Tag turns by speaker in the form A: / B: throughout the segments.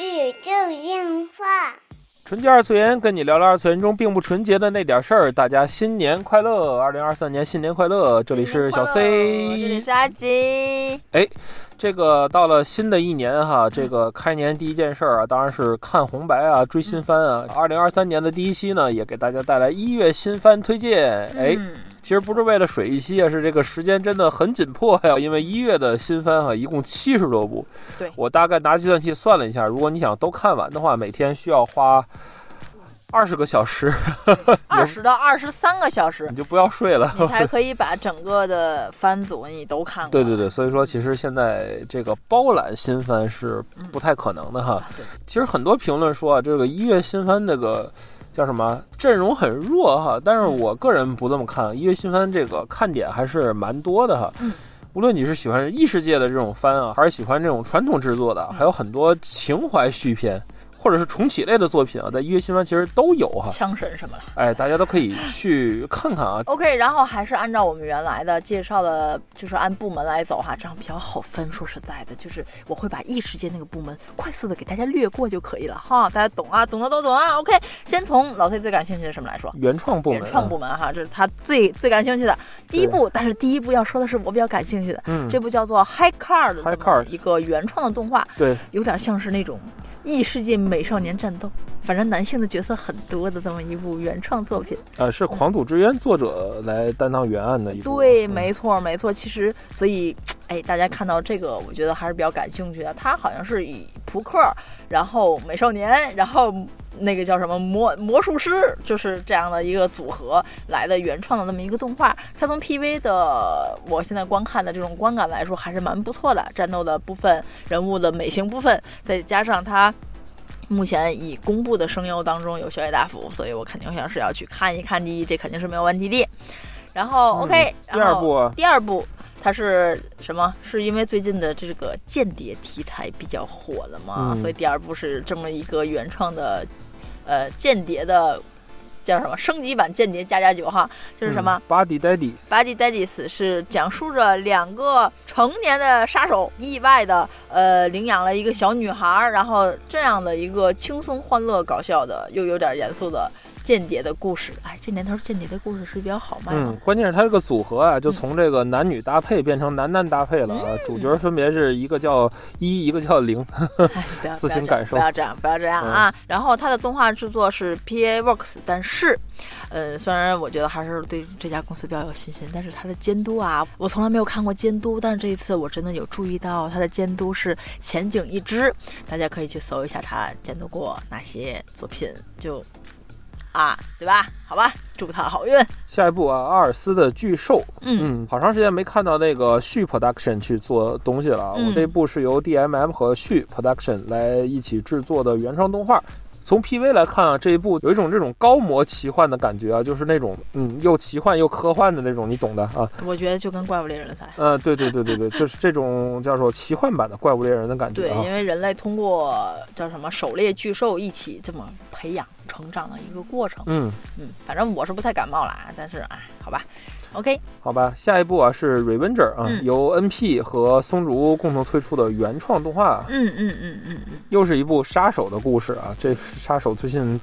A: 宇宙电话，
B: 纯洁二次元，跟你聊聊二次元中并不纯洁的那点事儿。大家新年快乐，二零二三年新年快乐！这里是小
C: 这里
B: C。
C: 是阿吉，
B: 这个到了新的一年哈，这个开年第一件事儿啊，当然是看红白啊，追新番啊。
C: 嗯
B: 二零二三年的第一期呢，也给大家带来一月新番推荐。哎，
C: 嗯
B: 其实不是为了水一期啊，是这个时间真的很紧迫呀、因为一月的新番哈、一共七十多部，
C: 对
B: 我大概拿计算器算了一下，如果你想都看完的话，每天需要花二十个小时，
C: 二十到二十三个 小时
B: 你，就不要睡了。
C: 你才可以把整个的番组你都看过。
B: 对对对，所以说其实现在这个包揽新番是
C: 嗯
B: 不太可能的哈。
C: 啊，对，
B: 其实很多评论说啊，这个一月新番这个叫什么阵容很弱哈，但是我
C: 嗯
B: 个人不这么看，一月新番这个看点还是蛮多的哈。
C: 嗯
B: 无论你是喜欢异世界的这种番啊，还是喜欢这种传统制作的，
C: 嗯
B: 还有很多情怀续篇。或者是重启类的作品啊，在一月新番其实都有哈，
C: 枪神什么了。
B: 哎，大家都可以去看看啊。
C: OK，然后还是按照我们原来的介绍的，就是按部门来走哈，这样比较好分。说实在的，就是我会把异世界那个部门快速的给大家略过就可以了哈，大家懂啊，懂的都懂啊。OK，先从老 C 最感兴趣的什么来说？
B: 原创部门、啊
C: 原创部，门哈，这是他最最感兴趣的第一部，但是第一部要说的是我比较感兴趣的，
B: 嗯，
C: 这部叫做《High Card》的
B: High
C: 这么
B: Card
C: 一个原创的动画，
B: 对，
C: 有点像是那种异世界美少年战斗，反正男性的角色很多的这么一部原创作品。
B: 呃，是《狂赌之渊》作者来担当原案的一部。
C: 对，
B: 嗯
C: 没错，没错。其实，所以，哎，大家看到这个，我觉得还是比较感兴趣的。它好像是以扑克，然后美少年，然后那个叫什么魔魔术师，就是这样的一个组合来的原创的这么一个动画。它从 PV 的我现在观看的这种观感来说，还是蛮不错的。战斗的部分、人物的美型部分，再加上它。目前已公布的声优当中有小野大辅，所以我肯定想是要去看一看第一，这肯定是没有问题的。然后、
B: 嗯
C: OK，
B: 第二部啊
C: 第二部它是什么？是因为最近的这个间谍题材比较火了嘛，
B: 嗯
C: 所以第二部是这么一个原创的，呃，间谍的叫什么升级版间谍加加九哈，就是什么？
B: 嗯？Body Daddy，
C: Buddy Daddies 是讲述着两个成年的杀手意外的呃领养了一个小女孩儿，然后这样的一个轻松欢乐、搞笑的又有点严肃的间谍的故事。哎，这年头间谍的故事是比较好卖
B: 嗯
C: 吗？，
B: 关键是它这个组合啊，
C: 嗯
B: 就从这个男女搭配变成男男搭配了啊。主
C: 嗯
B: 角分别是一个叫一，一个叫零。
C: 哎不 要
B: 自行
C: 不要
B: 感受嗯
C: 这样不要这样，不要这样啊！然后它的动画制作是 PA Works，但是，呃，虽然我觉得还是对这家公司比较有信心，但是它的监督啊，我从来没有看过监督，但是这一次我真的有注意到它的监督是前景一之，大家可以去搜一下他监督过哪些作品，就啊，对吧？好吧，祝他好运。
B: 下一部啊，阿尔斯的巨兽。
C: 嗯
B: 嗯，好长时间没看到那个旭 Production 去做东西了啊。
C: 嗯
B: 我这部是由 DMM 和旭 Production 来一起制作的原创动画。从 PV 来看啊，这一部有一种这种高模奇幻的感觉啊，就是那种嗯又奇幻又科幻的那种，你懂的啊。
C: 我觉得就跟怪物猎人赛。
B: 呃，对对对对对，就是这种叫做奇幻版的怪物猎人的感觉
C: 对，
B: 啊。
C: 因为人类通过叫什么狩猎巨兽一起这么培养成长的一个过程。
B: 嗯，
C: 嗯，反正我是不太感冒啦，但是哎，好吧，OK，
B: 好吧，下一部啊是《Revenger》啊，
C: 嗯
B: 由 NP 和松竹共同推出的原创动画，
C: 嗯嗯嗯嗯嗯，
B: 又是一部杀手的故事啊。这杀手最近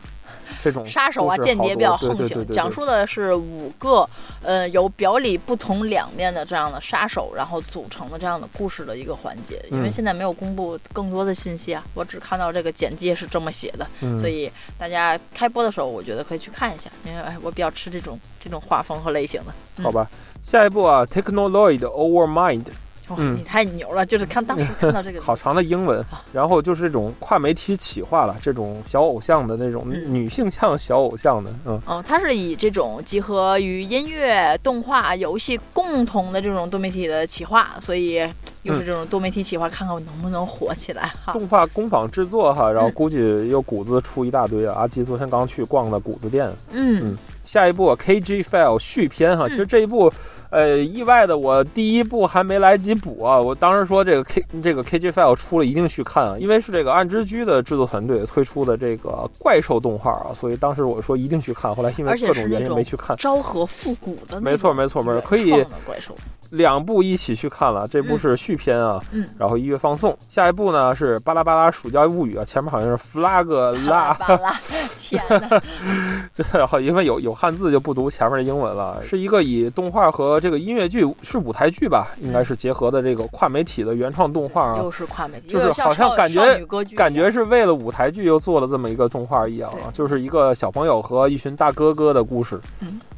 B: 这种
C: 杀手啊，
B: 故事
C: 间
B: 嗯好
C: 谍
B: 多
C: 比较
B: 对
C: 横
B: 对对
C: 行，
B: 对对
C: 讲述的是五个呃有表里不同两面的这样的杀手，然后组成的这样的故事的一个环节。因为
B: 嗯
C: 现在没有公布更多的信息啊，我只看到这个简介是这么写的，
B: 嗯
C: 所以大家开播的时候，我觉得可以去看一下，因为哎，我比较吃这种这种画风和类型的。嗯
B: 好吧，下一部啊，《Technoloid Overmind
C: 哇，
B: 嗯
C: 你太牛了！就是看当时 看到这个》，，
B: 好长的英文，然后就是这种跨媒体企划了，这种小偶像的那种
C: 嗯
B: 女性向小偶像的，嗯，
C: 嗯，它是以这种集合于音乐、动画、游戏共同的这种多媒体的企划，所以又是这种多媒体企划，看看我能不能火起来
B: 嗯
C: 哈。
B: 动画工坊制作哈，然后
C: 嗯
B: 估计又谷子出一大堆啊。阿基昨天刚去逛的谷子店，
C: 嗯，
B: 下一部啊 KG File 续篇哈，其实这一部，呃，意外的我第一部还没来及补啊，我当时说这个 K 这个 KG File 出了一定去看啊，因为是这个暗之居的制作团队推出的这个怪兽动画啊，所以当时我说一定去看，后来因为
C: 而且
B: 各种
C: 是那
B: 原因
C: 种
B: 没去看。
C: 昭和复古的那种
B: 没错，没错，没错，
C: 原
B: 可以
C: 创的怪兽，
B: 两部一起去看了，这部是续篇啊，
C: 嗯
B: 然后一月放送。下一部呢是《巴拉巴拉暑假物语》啊，前面好像是 flag
C: 巴拉
B: 拉，
C: 巴拉， 天哪！
B: 这好因为有有汉字就不读前面的英文了。是一个以动画和这个音乐剧是舞台剧吧，应该是结合的这个跨媒体的原创动画啊，
C: 又是跨媒体，
B: 就是
C: 又像
B: 好像
C: 少
B: 感觉
C: 少女歌剧一样，啊
B: 感觉是为了舞台剧又做了这么一个动画一样啊，
C: 对
B: 就是一个小朋友和一群大哥哥的故事，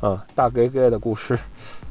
C: 嗯
B: 大哥哥的故事。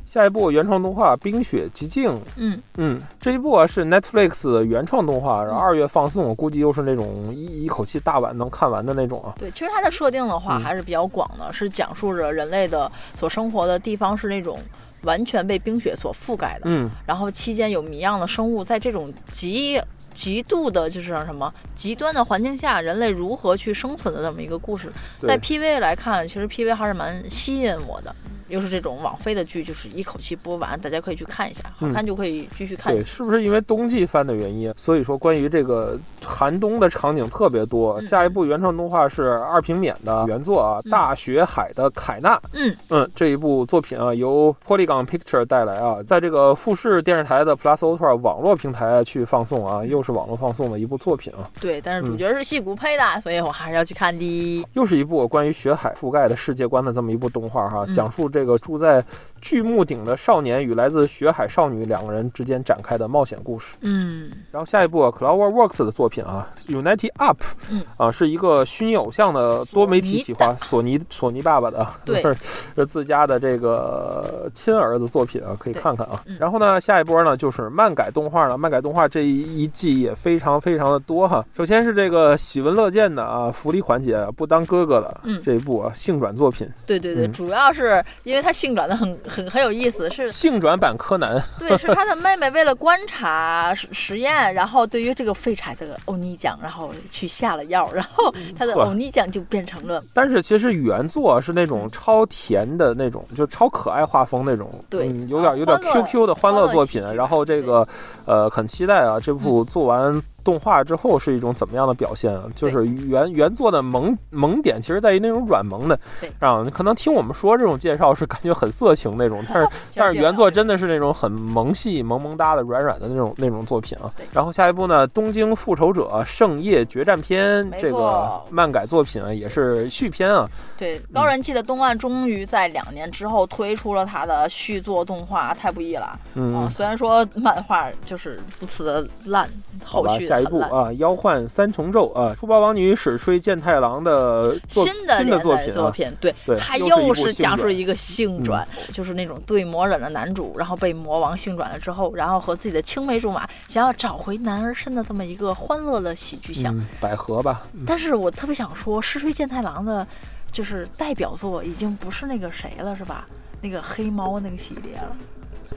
B: 下一部原创动画《冰雪奇境》，
C: 嗯
B: 嗯，这一部啊是 Netflix 的原创动画，然后
C: 嗯
B: 二月放送，我估计又是那种一一口气大碗能看完的那种啊。
C: 对，其实它的设定的话
B: 嗯
C: 还是比较广的，是讲述着人类的所生活的地方是那种完全被冰雪所覆盖的，
B: 嗯，
C: 然后期间有谜样的生物，在这种极极度的就是什么极端的环境下，人类如何去生存的这么一个故事。在
B: 对，
C: PV 来看，其实 PV 还是蛮吸引我的。又是这种网飞的剧，就是一口气播完，大家可以去看一下，好
B: 嗯
C: 看就可以继续看。
B: 对，是不是因为冬季番的原因，所以说关于这个寒冬的场景特别多？
C: 嗯
B: 下一部原创动画是二平勉的原作啊，
C: 嗯
B: 大雪海的凯纳》。
C: 嗯
B: 嗯，这一部作品啊，由 Polygon Picture 带来啊，在这个富士电视台的 Plus Ultra 网络平台去放送
C: 嗯
B: 啊，又是网络放送的一部作品啊，
C: 对，但是主
B: 嗯
C: 角是戏骨配的，所以我还是要去看的。
B: 又是一部关于雪海覆盖的世界观的这么一部动画哈、
C: 嗯
B: 讲述这个住在巨木顶的少年与来自雪海少女两个人之间展开的冒险故事。
C: 嗯，
B: 然后下一部、啊、Cloverworks 的作品啊，Unity Up，
C: 嗯
B: 啊是一个虚拟偶像的多媒体企划，索尼索尼爸爸的，
C: 对，
B: 是自家的这个亲儿子作品啊，可以
C: 对
B: 看看啊
C: 嗯。
B: 然后呢，下一波呢就是漫改动画了，漫改动画这一季也非常非常的多哈。首先是这个喜闻乐见的啊，福利环节不当哥哥了
C: 嗯
B: 这一部啊，性转作品，
C: 对对对，
B: 嗯
C: 主要是因为他性转的很很很有意思，是
B: 性转版柯南，
C: 对，是他的妹妹为了观察实实验，然后对于这个废柴的欧尼酱，然后去下了药，然后他的
B: 嗯呵
C: 欧尼酱就变成了
B: 但是其实原作是那种超甜的那种，就超可爱画风那种，
C: 对
B: 嗯，有点有点
C: 欢乐
B: QQ 的欢乐作品
C: 欢乐喜。剧
B: 然后这个，呃，很期待啊，这部做完动画之后是一种怎么样的表现啊？就是原原作的萌萌点，其实在于那种软萌的
C: 对，
B: 啊，可能听我们说这种介绍是感觉很色情那种，但是但是原作真的是那种很萌系、萌萌哒的、软软的那种那种作品啊
C: 对。
B: 然后下一部呢，《东京复仇者：圣夜决战篇
C: 没》
B: 这个
C: 错
B: 漫改作品啊，也是续篇啊。
C: 对高人气的东岸终于在两年之后推出了他的续作动画《太不易》了。啊，
B: 嗯，
C: 虽然说漫画就是如此的烂，
B: 好
C: 后
B: 吧，
C: 续
B: 下一
C: 很
B: 部
C: 烂。
B: 啊，《妖幻三重奏》啊，《出包王女史吹健太郎》的作
C: 新的
B: 新的
C: 连
B: 作
C: 载
B: 品
C: 作
B: 啊，
C: 品，对，
B: 对
C: 它
B: 又是一部嗯
C: 是
B: 性
C: 讲述
B: 转
C: 一个性转，就是那种对魔忍的男主，然后被魔王性转了之后，然后和自己的青梅竹马想要找回男儿身的这么一个欢乐的喜剧像。
B: 嗯，百合吧，
C: 但是我特别想说，石吹健太郎的，就是代表作已经不是那个谁了，是吧？那个黑猫那个系列了，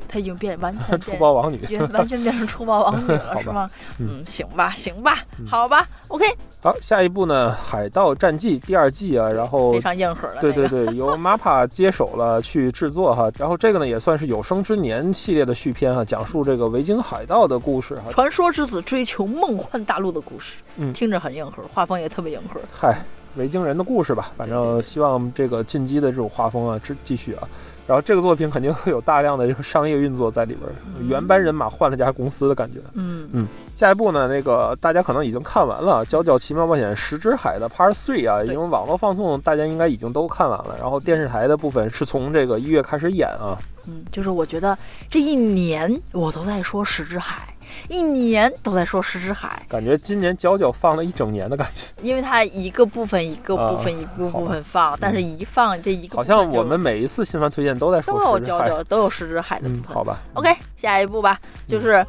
C: 他已经变完 全
B: 出
C: 变
B: 包王女。
C: 原完全变成出包王女
B: 好
C: 了
B: 吧，
C: 是吗？
B: 嗯
C: 嗯，行吧，行吧，好吧，OK，
B: 好，下一部呢，《海盗战记》第二季啊，然后
C: 非常硬核了。
B: 对对
C: 那个，
B: 对，由 MAPPA 接手了去制作哈，然后这个呢也算是有生之年系列的续篇哈，讲述这个维京海盗的故事哈。
C: 传说之子追求梦幻大陆的故事，
B: 嗯
C: 听着很硬核，画风也特别硬核。
B: 嗨，维京人的故事吧，反
C: 对
B: 正希望这个进击的这种画风啊，继继续啊。然后这个作品肯定会有大量的这个商业运作在里边儿，原班人马换了家公司的感觉。
C: 嗯
B: 下一步呢，那个大家可能已经看完了《角角奇妙冒险十之海》的 Part Three 啊，
C: 对
B: 因为网络放送大家应该已经都看完了。然后电视台的部分是从这个一月开始演啊，
C: 嗯，就是我觉得这一年我都在说石之海，一年都在说石之海，
B: 感觉今年角角放了一整年的感 觉。
C: 因为它一个部分一个
B: 啊
C: 部分一个
B: 好吧嗯
C: 部分放，但是一放这一个
B: 好
C: 部分
B: 像
C: 就
B: 我们每一次新番推荐都在说
C: 都有
B: 石之
C: 交
B: 海
C: 流，都有石之海的部
B: 哎嗯，
C: 分。
B: 好吧。
C: OK，下一步吧，就是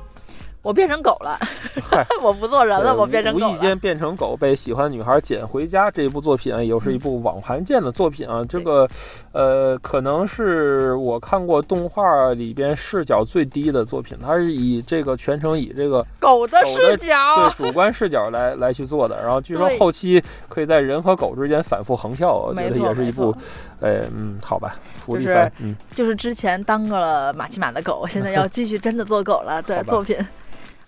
C: 我变成狗了，
B: 嗨
C: 我不做人了，我变成
B: 无
C: 狗
B: 意
C: 了。
B: 间变成狗，被喜欢女孩捡回家这一部作品啊，又
C: 嗯
B: 是一部网盘见的作品啊。这个，呃，可能是我看过动画里边视角最低的作品，它是以这个全程以这个
C: 狗的
B: 狗的
C: 视角
B: 对，主观视角来 来去做的。然后据说
C: 哦对
B: 后期可以在人和狗之间反复横跳，我觉
C: 没
B: 得
C: 错
B: 也是一部
C: 没，
B: 呃，嗯，好吧，福利
C: 就是
B: 番，嗯。
C: 就是之前当过了马奇马的狗，现在要继续真的做狗了
B: 好
C: 对
B: 吧
C: 作品。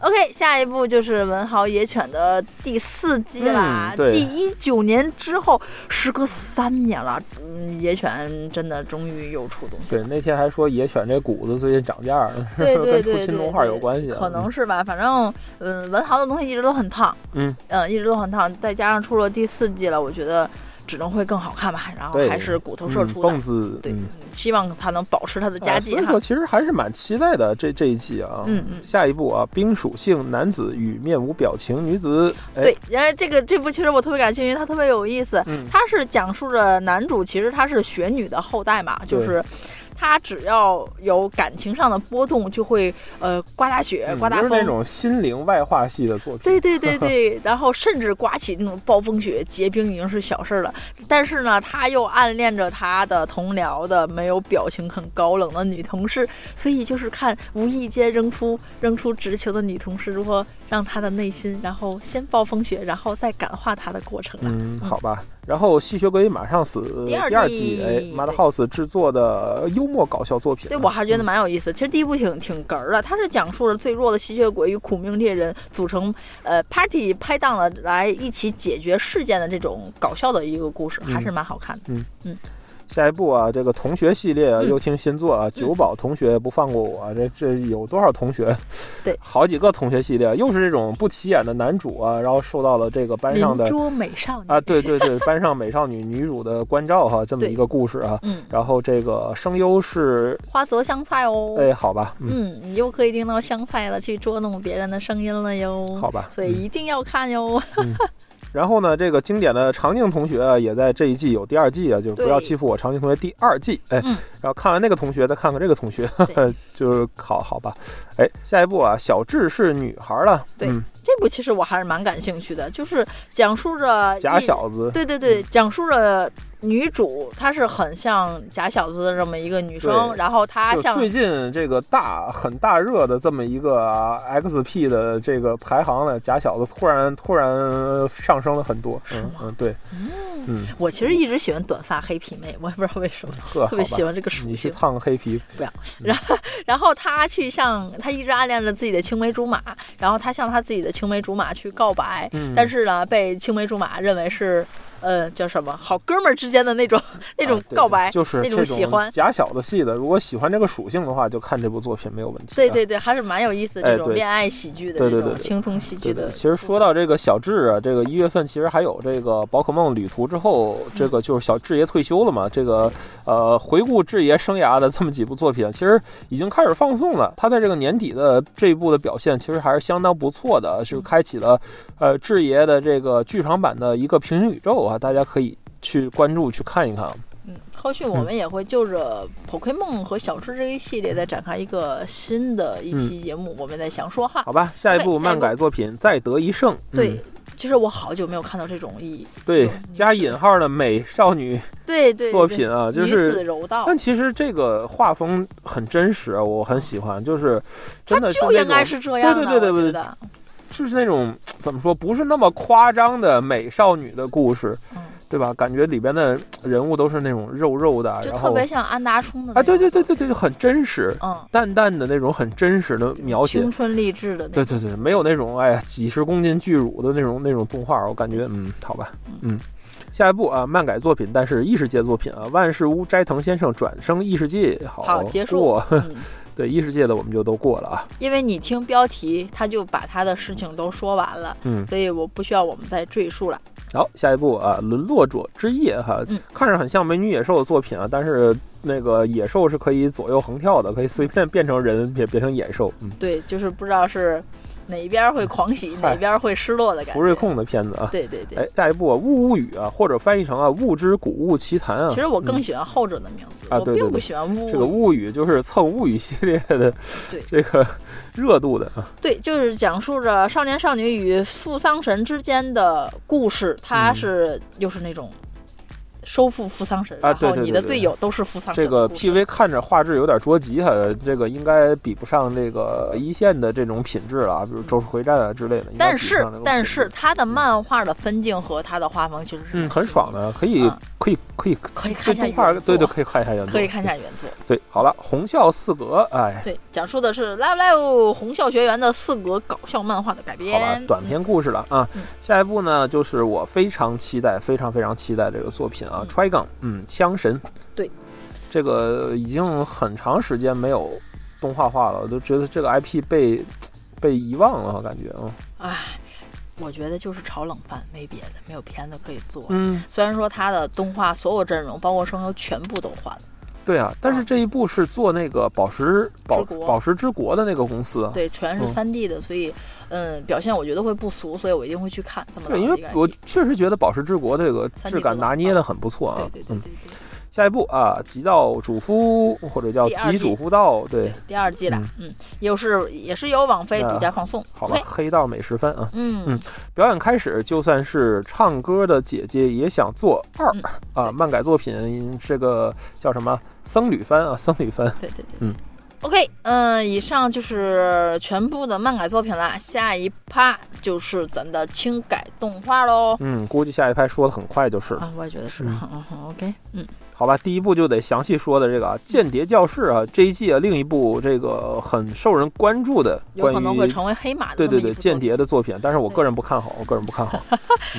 C: OK，下一部就是《文豪野犬》的第四季啦
B: 嗯，对
C: 继一九年之后，时隔三年了，嗯，野犬真的终于又出东西
B: 对
C: 了。，
B: 那天还说野犬这骨子最近涨价了，
C: 对对
B: 跟
C: 对
B: 出
C: 对
B: 新
C: 对，
B: 动画有关系啊，
C: 可能是吧。反正，嗯，文豪的东西一直都很烫，
B: 嗯
C: 一直都很烫。再加上出了第四季了，我觉得只能会更好看吧。然后
B: 对
C: 还是骨头
B: 嗯
C: 社出的，
B: 蹦子
C: 对
B: 嗯，
C: 希望它能保持它的
B: 啊
C: 佳绩
B: 所以
C: 哈
B: 说，。其实还是蛮期待的这这一季啊。
C: 嗯嗯
B: 下一步啊，冰属性男子与面无表情女子。哎，
C: 对，然后这个这部其实我特别感兴趣，它特别有意思。
B: 嗯
C: 它是讲述着男主其实他是雪女的后代嘛，就
B: 对
C: 是他只要有感情上的波动，就会呃刮大雪、
B: 嗯
C: 刮大
B: 就是那
C: 风。
B: 种心灵外化系的作品。
C: 对对对对，然后甚至刮起那种暴风雪、结冰已经是小事儿了。但是呢，他又暗恋着他的同僚的没有表情、很高冷的女同事，所以就是看无意间扔出扔出直球的女同事如何让他的内心，然后先暴风雪，然后再感化他的过程啊。
B: 嗯，好吧。然后《吸血鬼马上死》
C: 第二季
B: 季，哎
C: 对
B: ，Madhouse 制作的幽默搞笑作品啊。
C: 对，我还是觉
B: 嗯
C: 得蛮有意思。其实第一部挺挺哏儿的，它是讲述了最弱的吸血鬼与苦命猎人组成呃 party 拍档了，来一起解决事件的这种搞笑的一个故事，还是蛮好看的。
B: 下一步啊，这个同学系列啊，
C: 嗯
B: 又听新作啊，九保同学不放过我啊，这这有多少同学？
C: 对
B: 好几个同学系列，啊又是这种不起眼的男主啊，然后受到了这个班上
C: 邻
B: 的
C: 桌美少女，
B: 啊，对对 对，班上美少女女主的关照哈、这么
C: 对
B: 一个故事啊。
C: 嗯，
B: 然后这个声优是，
C: 花泽香菜哦。
B: 哎，好吧，嗯，
C: 嗯，你又可以听到香菜了，去捉弄别人的声音了哟。
B: 好吧
C: 嗯
B: 嗯
C: 所以一定要看哟。
B: 然后呢，这个经典的长镜同学啊，也在这一季有第二季啊，就是不
C: 对
B: 要欺负我长镜同学第二季，哎，
C: 嗯
B: 然后看完那个同学，再看看这个同学
C: 对，
B: 就是好好吧，哎，下一步啊，小智是女孩了，
C: 对
B: 嗯，
C: 这部其实我还是蛮感兴趣的，就是讲述着
B: 假
C: 一
B: 小嗯子，
C: 对对对，讲述了女主，她是很像假小子的这么一个女生，
B: 对
C: 然后她
B: 就
C: 像
B: 最近这个大很大热的这么一个啊 XP 的这个排行呢，假小子突然突然上升了很多，嗯嗯，对，嗯，
C: 我其实一直喜欢短发黑皮妹，我也不知道为什么
B: 呵，
C: 特
B: 好
C: 别喜
B: 吧，
C: 欢这个属
B: 你去
C: 性。
B: 烫个黑皮，
C: 然后她去向她一直暗恋着自己的青梅竹马，然后她向她自己的青梅竹马去告白，
B: 嗯
C: 但是呢，被青梅竹马认为是呃叫什么好哥们儿之间的那种那种
B: 啊对
C: 告白。
B: 就是
C: 那种
B: 这
C: 喜欢
B: 假小子系的。如果喜欢这个属性的话，就看这部作品没有问题啊。
C: 对对对，还是蛮有意思的
B: 哎
C: 这种
B: 对
C: 恋爱喜剧的
B: 对
C: 这
B: 对对
C: 种
B: 对
C: 轻松喜剧
B: 对对
C: 的。
B: 其实说到这个小智啊，这个一月份其实还有这个宝可梦旅途之后，
C: 嗯
B: 这个就是小智爷退休了嘛。这个呃，回顾智爷生涯的这么几部作品，其实已经开始放送了。他在这个年底的这一部的表现，其实还是相当不错的，
C: 嗯
B: 就开启了呃智爷的这个剧场版的一个平行宇宙啊，大家可以去关注去看一看啊。
C: 嗯，后续我们也会就着 Pokemon 和小智这一系列再展开一个新的一期节目，我们再详说哈。
B: 嗯好吧，下一
C: 对
B: 部
C: 下一
B: 漫
C: 部
B: 改作品《再得一胜》。嗯
C: 对，其实我好久没有看到这种以
B: 对
C: 嗯，
B: 加引号的美少女
C: 对对
B: 作品啊，就
C: 女子
B: 是。
C: 柔道，
B: 但其实这个画风很真实，啊我很喜欢，就是真的是
C: 就
B: 那
C: 应该
B: 种，
C: 是这样的，
B: 对对对对
C: 我觉
B: 对
C: 得。
B: 就是那种怎么说，不是那么夸张的美少女的故事，
C: 嗯
B: 对吧？感觉里边的人物都是那种肉肉的，
C: 就
B: 然
C: 特
B: 后
C: 别像安达充的那
B: 哎，对
C: 样
B: 对对对对，就很真实，
C: 嗯，
B: 淡淡的那种很真实的描写
C: 青，春励志的那
B: 对对对，没有那种哎呀几十公斤巨乳的那种那种动画，我感觉嗯，好吧，嗯。下一步啊，漫改作品，但是异世界作品啊，万事屋斋藤先生转生异世界，好
C: 好结束
B: 过，
C: 嗯，
B: 对异世界的我们就都过了啊，
C: 因为你听标题，他就把他的事情都说完了，
B: 嗯。
C: 所以我不需要我们再赘述了。
B: 好，下一步啊，沦落者之夜哈，
C: 嗯
B: 看着很像美女野兽的作品啊，但是那个野兽是可以左右横跳的，可以随便变成人，也变成野兽，嗯，
C: 对，就是不知道是哪一边会狂喜，
B: 嗨
C: 哪边会失落的感
B: 福
C: 觉。
B: 瑞控的片子啊。
C: 对对对。
B: 哎，下一步啊，物物语啊，或者翻译成啊，物之古物奇谈啊。
C: 其实我更
B: 嗯
C: 喜欢后者的名字，
B: 啊对对
C: 我并不
B: 对
C: 喜欢乌。
B: 这个物语就是蹭物语系列的
C: 对
B: 这个热度的啊，
C: 对，就是讲述着少年少女与扶桑神之间的故事，它
B: 嗯
C: 是、又是那种。收复扶桑神，
B: 啊对
C: 然后
B: 对
C: 你
B: 对
C: 的
B: 对
C: 队友都是扶桑神
B: 这
C: 的
B: 个
C: 故事。
B: PV 看着画质有点捉急哈，这个应该比不上这个一线的这种品质了啊，比如《咒术回战》啊之类的。应该
C: 但
B: 比不
C: 是
B: 上这种
C: 但
B: 品质
C: 是它的漫画的分镜和它的画风其实是
B: 嗯，很爽
C: 的。
B: 的，可以
C: 啊
B: 可以可以
C: 可以
B: 这
C: 看一下
B: 动画，
C: 原作
B: 对对，可以看一下原作，
C: 可以看一下原作。
B: 对。好了，红校四格，哎，
C: 对，讲述的是《Love Live 红校学员》的四格搞笑漫画的改
B: 好了
C: 编，。
B: 短篇故事了啊
C: 嗯。
B: 下一步呢，就是我非常期待，非常非常期待这个作品啊
C: 嗯
B: ，Trigun，嗯，枪神，
C: 对，
B: 这个已经很长时间没有动画化了，我都觉得这个 IP 被被遗忘了，感觉啊，
C: 唉，我觉得就是炒冷饭，没别的，没有片子可以做。
B: 嗯，
C: 虽然说他的动画所有阵容，包括声优，全部都换了。
B: 对啊，但是这一部是做那个宝石宝
C: 嗯之国
B: 宝石之国的那个公司啊，
C: 对，全是
B: 嗯
C: 三 D 的，所以，嗯，表现我觉得会不俗，所以我一定会去看。这么
B: 对，
C: 老
B: 因
C: 的一
B: 为
C: 个 IP
B: 我确实觉得《宝石之国》这个质感拿捏的很不错啊
C: 对。对对
B: 嗯，
C: 对对，
B: 下一步啊，极道主夫或者叫
C: 第二
B: 极
C: 季
B: 主夫道，对
C: 对，第二季了，嗯，又是也是由网飞
B: 啊
C: 独家放送。
B: 好吧，
C: OK，
B: 黑道美食番啊。
C: 嗯
B: 嗯，表演开始，就算是唱歌的姐姐也想做二
C: 嗯
B: 啊，漫改作品这个叫什么僧侣番啊，僧侣番。
C: 对对对，
B: 嗯。
C: OK，嗯、以上就是全部的漫改作品啦。下一趴就是咱的轻改动画喽。
B: 嗯，估计下一拍说的很快就是了，
C: 啊，我也觉得是。
B: 嗯
C: 嗯嗯，OK，嗯，
B: 好吧，第一部就得详细说的这个啊，《间谍教室》啊，这一季啊另一部这个很受人关注的
C: 有
B: 关
C: 可能会
B: 于
C: 成为黑马的。
B: 对对对，间。谍的作品，但是我个人不看好，我个人不看 好。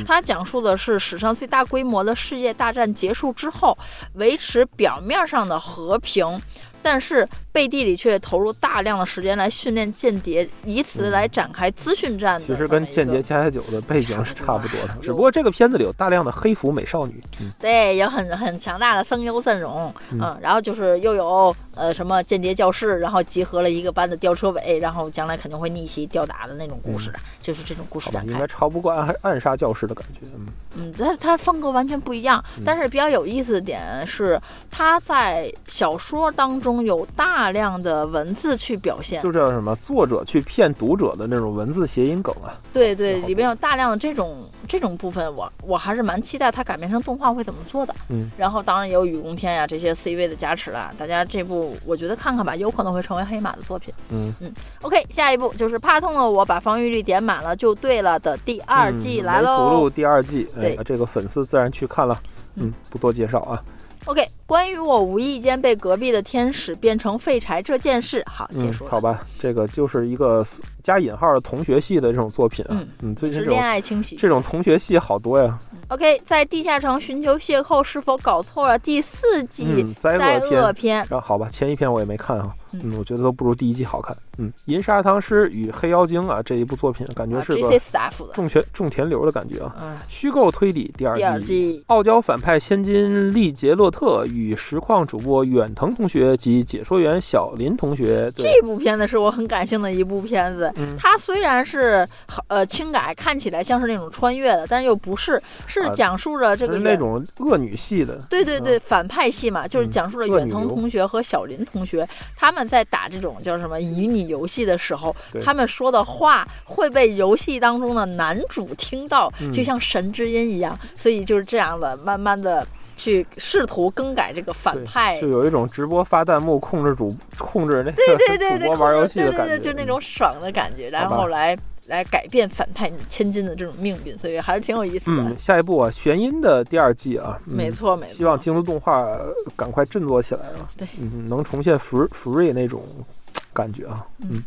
C: 它讲述的是史上最大规模的世界大战结束之后，维持表面上的和平，但是背地里却投入大量的时间来训练间谍，以此来展开资讯战的这
B: 其
C: 么一个。
B: 实跟《间谍加加酒》的背景是差不多的
C: 差不多，
B: 只不过这个片子里有大量的黑服美少女。嗯，
C: 对，有很很强大的声优阵容，
B: 嗯
C: 嗯然后就是又有呃什么间谍教室，然后集合了一个班的吊车尾，然后将来肯定会逆袭吊打的那种故事，就是这种故事
B: 嗯好吧，
C: 展
B: 应
C: 开
B: 该。超不过暗暗杀教室的感觉。嗯，
C: 嗯，但是它风格完全不一样，但是比较有意思的点是，它在小说当中有大量的文字去表现，
B: 就叫什么作者去骗读者的那种文字谐音梗啊。
C: 对对
B: 好，多
C: 里边有大量的这种这种部分我，我还是蛮期待它改编成动画会怎么做的。
B: 嗯，
C: 然后当然也有雨宫天呀、这些 C 位的加持啦，大家这部我觉得看看吧，有可能会成为黑马的作品。
B: 嗯
C: OK，下一步就是怕痛的我把防御力点满了就对了的第二季
B: 嗯
C: 来
B: 梅福
C: 喽。
B: 禄第二季，哎
C: 对，
B: 这个粉丝自然去看了。嗯，不多介绍啊。
C: OK，关于我无意间被隔壁的天使变成废柴这件事，好结
B: 嗯，
C: 束了。
B: 好吧，这个就是一个加引号的同学系的这种作品啊
C: 嗯。
B: 嗯，最近这
C: 是
B: 种
C: 恋爱清洗。
B: 这种同学系好多呀。
C: OK，在地下城寻求邂逅是否搞错了第四季
B: 嗯，灾
C: 灾
B: 厄篇
C: 厄篇？
B: 然后好吧，前一篇我也没看啊，
C: 嗯
B: 嗯，我觉得都不如第一季好看。嗯，《银沙汤师与黑妖精》啊，这一部作品感觉
C: 啊
B: 是
C: G
B: 个
C: C staff 的。
B: 种田种田流的感觉啊。
C: 嗯，
B: 虚构推理第二
C: 第二
B: 季，
C: 季
B: 傲娇反派千金利杰洛特与实况主播远藤同学及解说员小林同学，对
C: 这，部片子是我很感兴的一部片子。
B: 嗯
C: 它虽然是呃轻改，看起来像是那种穿越的，但是又不是，是
B: 啊
C: 讲述着这
B: 就
C: 个
B: 是那
C: 远
B: 种恶女系的，
C: 对对对，反派戏嘛，就是
B: 嗯
C: 讲述了
B: 恶
C: 远
B: 女
C: 藤
B: 流
C: 同学和小林同学他们在打这种叫什么乙女游戏的时候
B: 对，
C: 他们说的话会被游戏当中的男主听到，
B: 嗯
C: 就像神之音一样，所以就是这样的，慢慢的去试图更改这个反
B: 对
C: 派。
B: 就有一种直播发弹幕控制主 控制那个
C: 对对
B: 主
C: 对，
B: 播
C: 控
B: 玩
C: 制
B: 游戏的
C: 对对
B: 感觉，
C: 对就那种爽的感觉，然
B: 好吧
C: 后来来改变反派千金的这种命运，所以还是挺有意思的。
B: 嗯，下一部啊，玄阴的第二季啊，嗯
C: 没错没错，
B: 希望京都动画赶快振作起来啊！
C: 对
B: 嗯，能重现福福瑞那种感觉啊！
C: 嗯
B: 嗯，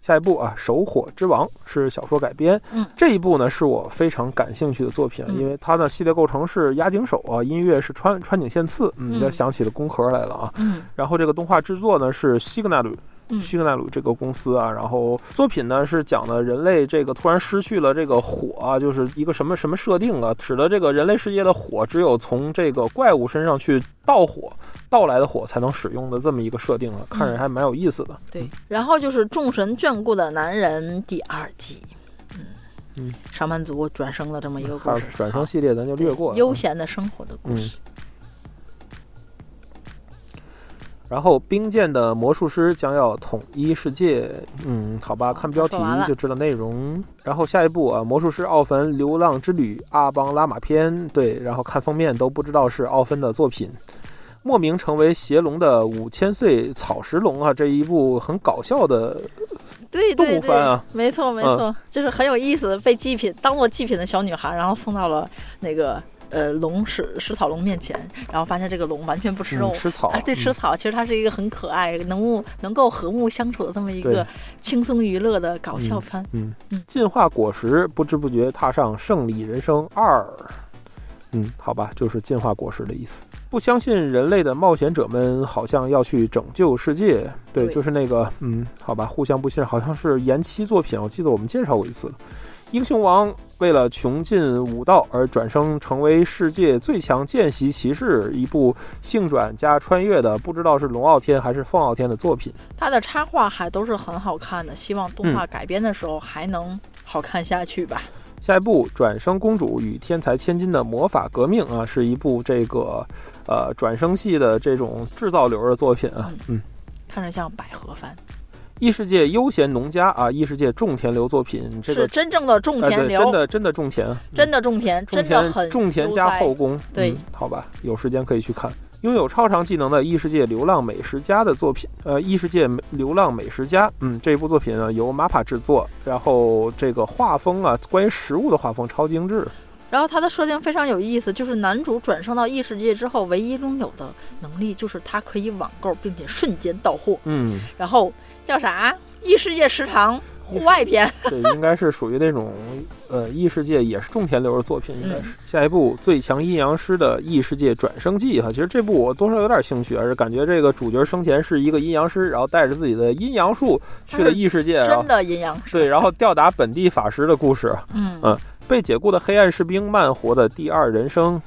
B: 下一部啊，《守火之王》是小说改编，
C: 嗯，
B: 这一部呢是我非常感兴趣的作品，啊
C: 嗯
B: 因为它的系列构成是押井守啊，音乐是川川井宪次，嗯，
C: 嗯
B: 这想起了宫壳来了啊。
C: 嗯
B: 然后这个动画制作呢是西格纳鲁。
C: 嗯
B: 西格纳鲁这个公司啊，然后作品呢是讲的人类这个突然失去了这个火啊，就是一个什么什么设定啊，使得这个人类世界的火只有从这个怪物身上去盗火盗来的火才能使用的这么一个设定啊，看着还蛮有意思的。
C: 对，然后就是《众神眷顾的男人》第二季，嗯
B: 嗯
C: 上班族转生的这么一个故
B: 还
C: 事
B: 是，转生嗯系列咱就略过了啊。
C: 悠闲的生活的故事。
B: 然后冰剑的魔术师将要统一世界，嗯，好吧，看标题
C: 说完了
B: 就知道内容。然后下一步啊，魔术师奥芬流浪之旅阿邦拉玛篇，对，然后看封面都不知道是奥芬的作品。莫名成为邪龙的五千岁草食龙啊，这一部很搞笑的，嗯
C: 对
B: 动
C: 对
B: 物番啊
C: 对，没错没错，就是很有意思，被祭品当做祭品的小女孩，然后送到了那个呃龙食食草龙面前，然后发现这个龙完全不吃肉
B: 嗯，，吃草
C: 哎，，对，吃
B: 嗯
C: 草，其实它是一个很可爱，能物能够和睦相处的这么一
B: 对
C: 个轻松娱乐的搞笑番。
B: 嗯
C: 嗯，
B: 进化果实，不知不觉踏上胜利人生二。嗯，好吧，就是进化果实的意思。不相信人类的冒险者们好像要去拯救世界，对，
C: 对
B: 就是那个，嗯，好吧，互相不信，好像是延期作品，我记得我们介绍过一次。英雄王为了穷尽武道而转生成为世界最强见习骑士，一部性转加穿越的，不知道是龙傲天还是凤傲天的作品。
C: 它的插画还都是很好看的，希望动
B: 嗯
C: 画改编的时候还能好看下去吧。
B: 下一部《转生公主与天才千金的魔法革命》啊，是一部这个呃转生系的这种制造流的作品啊。嗯，
C: 看着像百合番，
B: 异世界悠闲农家啊，异世界种田流作品，这个
C: 是真正的种
B: 哎
C: 田
B: 对，
C: 流，
B: 真的真的种田，
C: 真
B: 嗯
C: 的种田，
B: 种
C: 真的很
B: 田种田加后宫，
C: 对
B: 嗯，好吧，有时间可以去看。拥有超常技能的异世界流浪美食家的作品，呃，异世界流浪美食家，嗯，这部作品呢由玛卡制作，然后这个画风啊，关于食物的画风超精致，
C: 然后它的设定非常有意思，就是男主转生到异世界之后，唯一拥有的能力就是他可以网购，并且瞬间到货。
B: 嗯，
C: 然后叫啥？异世界食堂户外篇，
B: 这应该是属于那种呃异世界也是种田流的作品，应
C: 嗯
B: 该是。下一部《最强阴阳师的异世界转生记》哈，其实这部我多少有点兴趣，而啊是感觉这个主角生前是一个阴阳师，然后带着自己的阴阳术去了异世界，然后
C: 真的阴阳师。
B: 对，然后吊打本地法师的故事，
C: 嗯，
B: 嗯被解雇的黑暗士兵慢活的第二人生，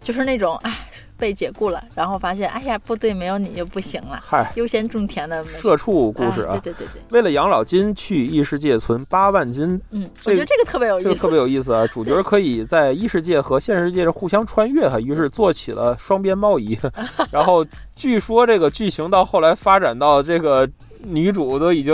C: 就是那种哎被解雇了，然后发现哎呀部队没有你就不行了，
B: 嗨，
C: 悠闲种田的美
B: 社畜故事啊。
C: 哎对对对对，
B: 为了养老金去异世界存八万金，
C: 嗯，
B: 这
C: 我觉得这个特别有
B: 这
C: 意
B: 个特
C: 思。
B: 别有意思啊！主角可以在异世界和现实世界是互相穿越哈，于是做起了双边贸 易。然后据说这个剧情到后来发展到这个女主都已经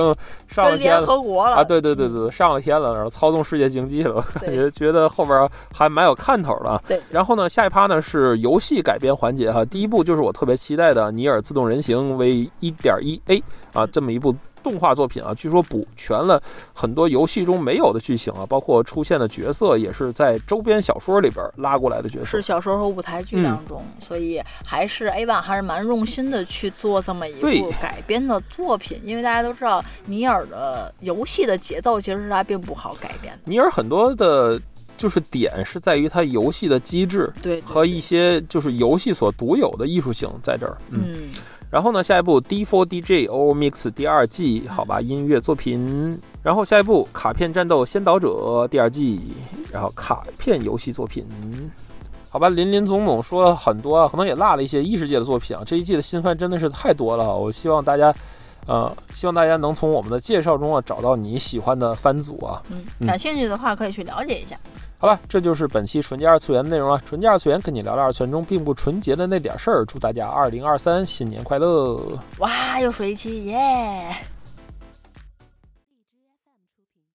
B: 上了
C: 跟
B: 天
C: 联
B: 了
C: 合国了嗯
B: 啊，对对对对，上了天了，然后操纵世界经济了，我 感觉觉得后边还蛮有看头的啊。
C: 对
B: 然后呢，下一趴呢是游戏改编环节哈，第一部就是我特别期待的《尼尔：自动人形》为一点一 A 啊这么一部动画作品啊，据说补全了很多游戏中没有的剧情啊，包括出现的角色也是在周边小说里边拉过来的角色
C: 是。小说和舞台
B: 嗯
C: 剧当中，所以还是 A One 还是蛮用心的去做这么一部
B: 对
C: 改编的作品，因为大家都知道尼尔的游戏的节奏其实是它并不好改编的，
B: 尼尔很多的就是点是在于它游戏的机制
C: 对对
B: 和
C: 对
B: 一些就是游戏所独有的艺术性在这儿。
C: 嗯，
B: 然后呢，下一部 D4DJ O Mix 第二季，好吧，音乐作品。然后下一部《卡片战斗先导者》第二季，然后卡片游戏作品。好吧，林林总总说了很多，啊可能也落了一些异世界的作品啊。这一季的新番真的是太多了，啊我希望大家，呃，希望大家能从我们的介绍中啊找到你喜欢的番组啊。
C: 嗯
B: 嗯
C: 感兴趣的话可以去了解一下。
B: 好了，这就是本期纯洁二次元的内容了。纯洁二次元跟你聊聊二次元中并不纯洁的那点事儿。祝大家二零二三新年快乐！
C: 哇，又水一期耶！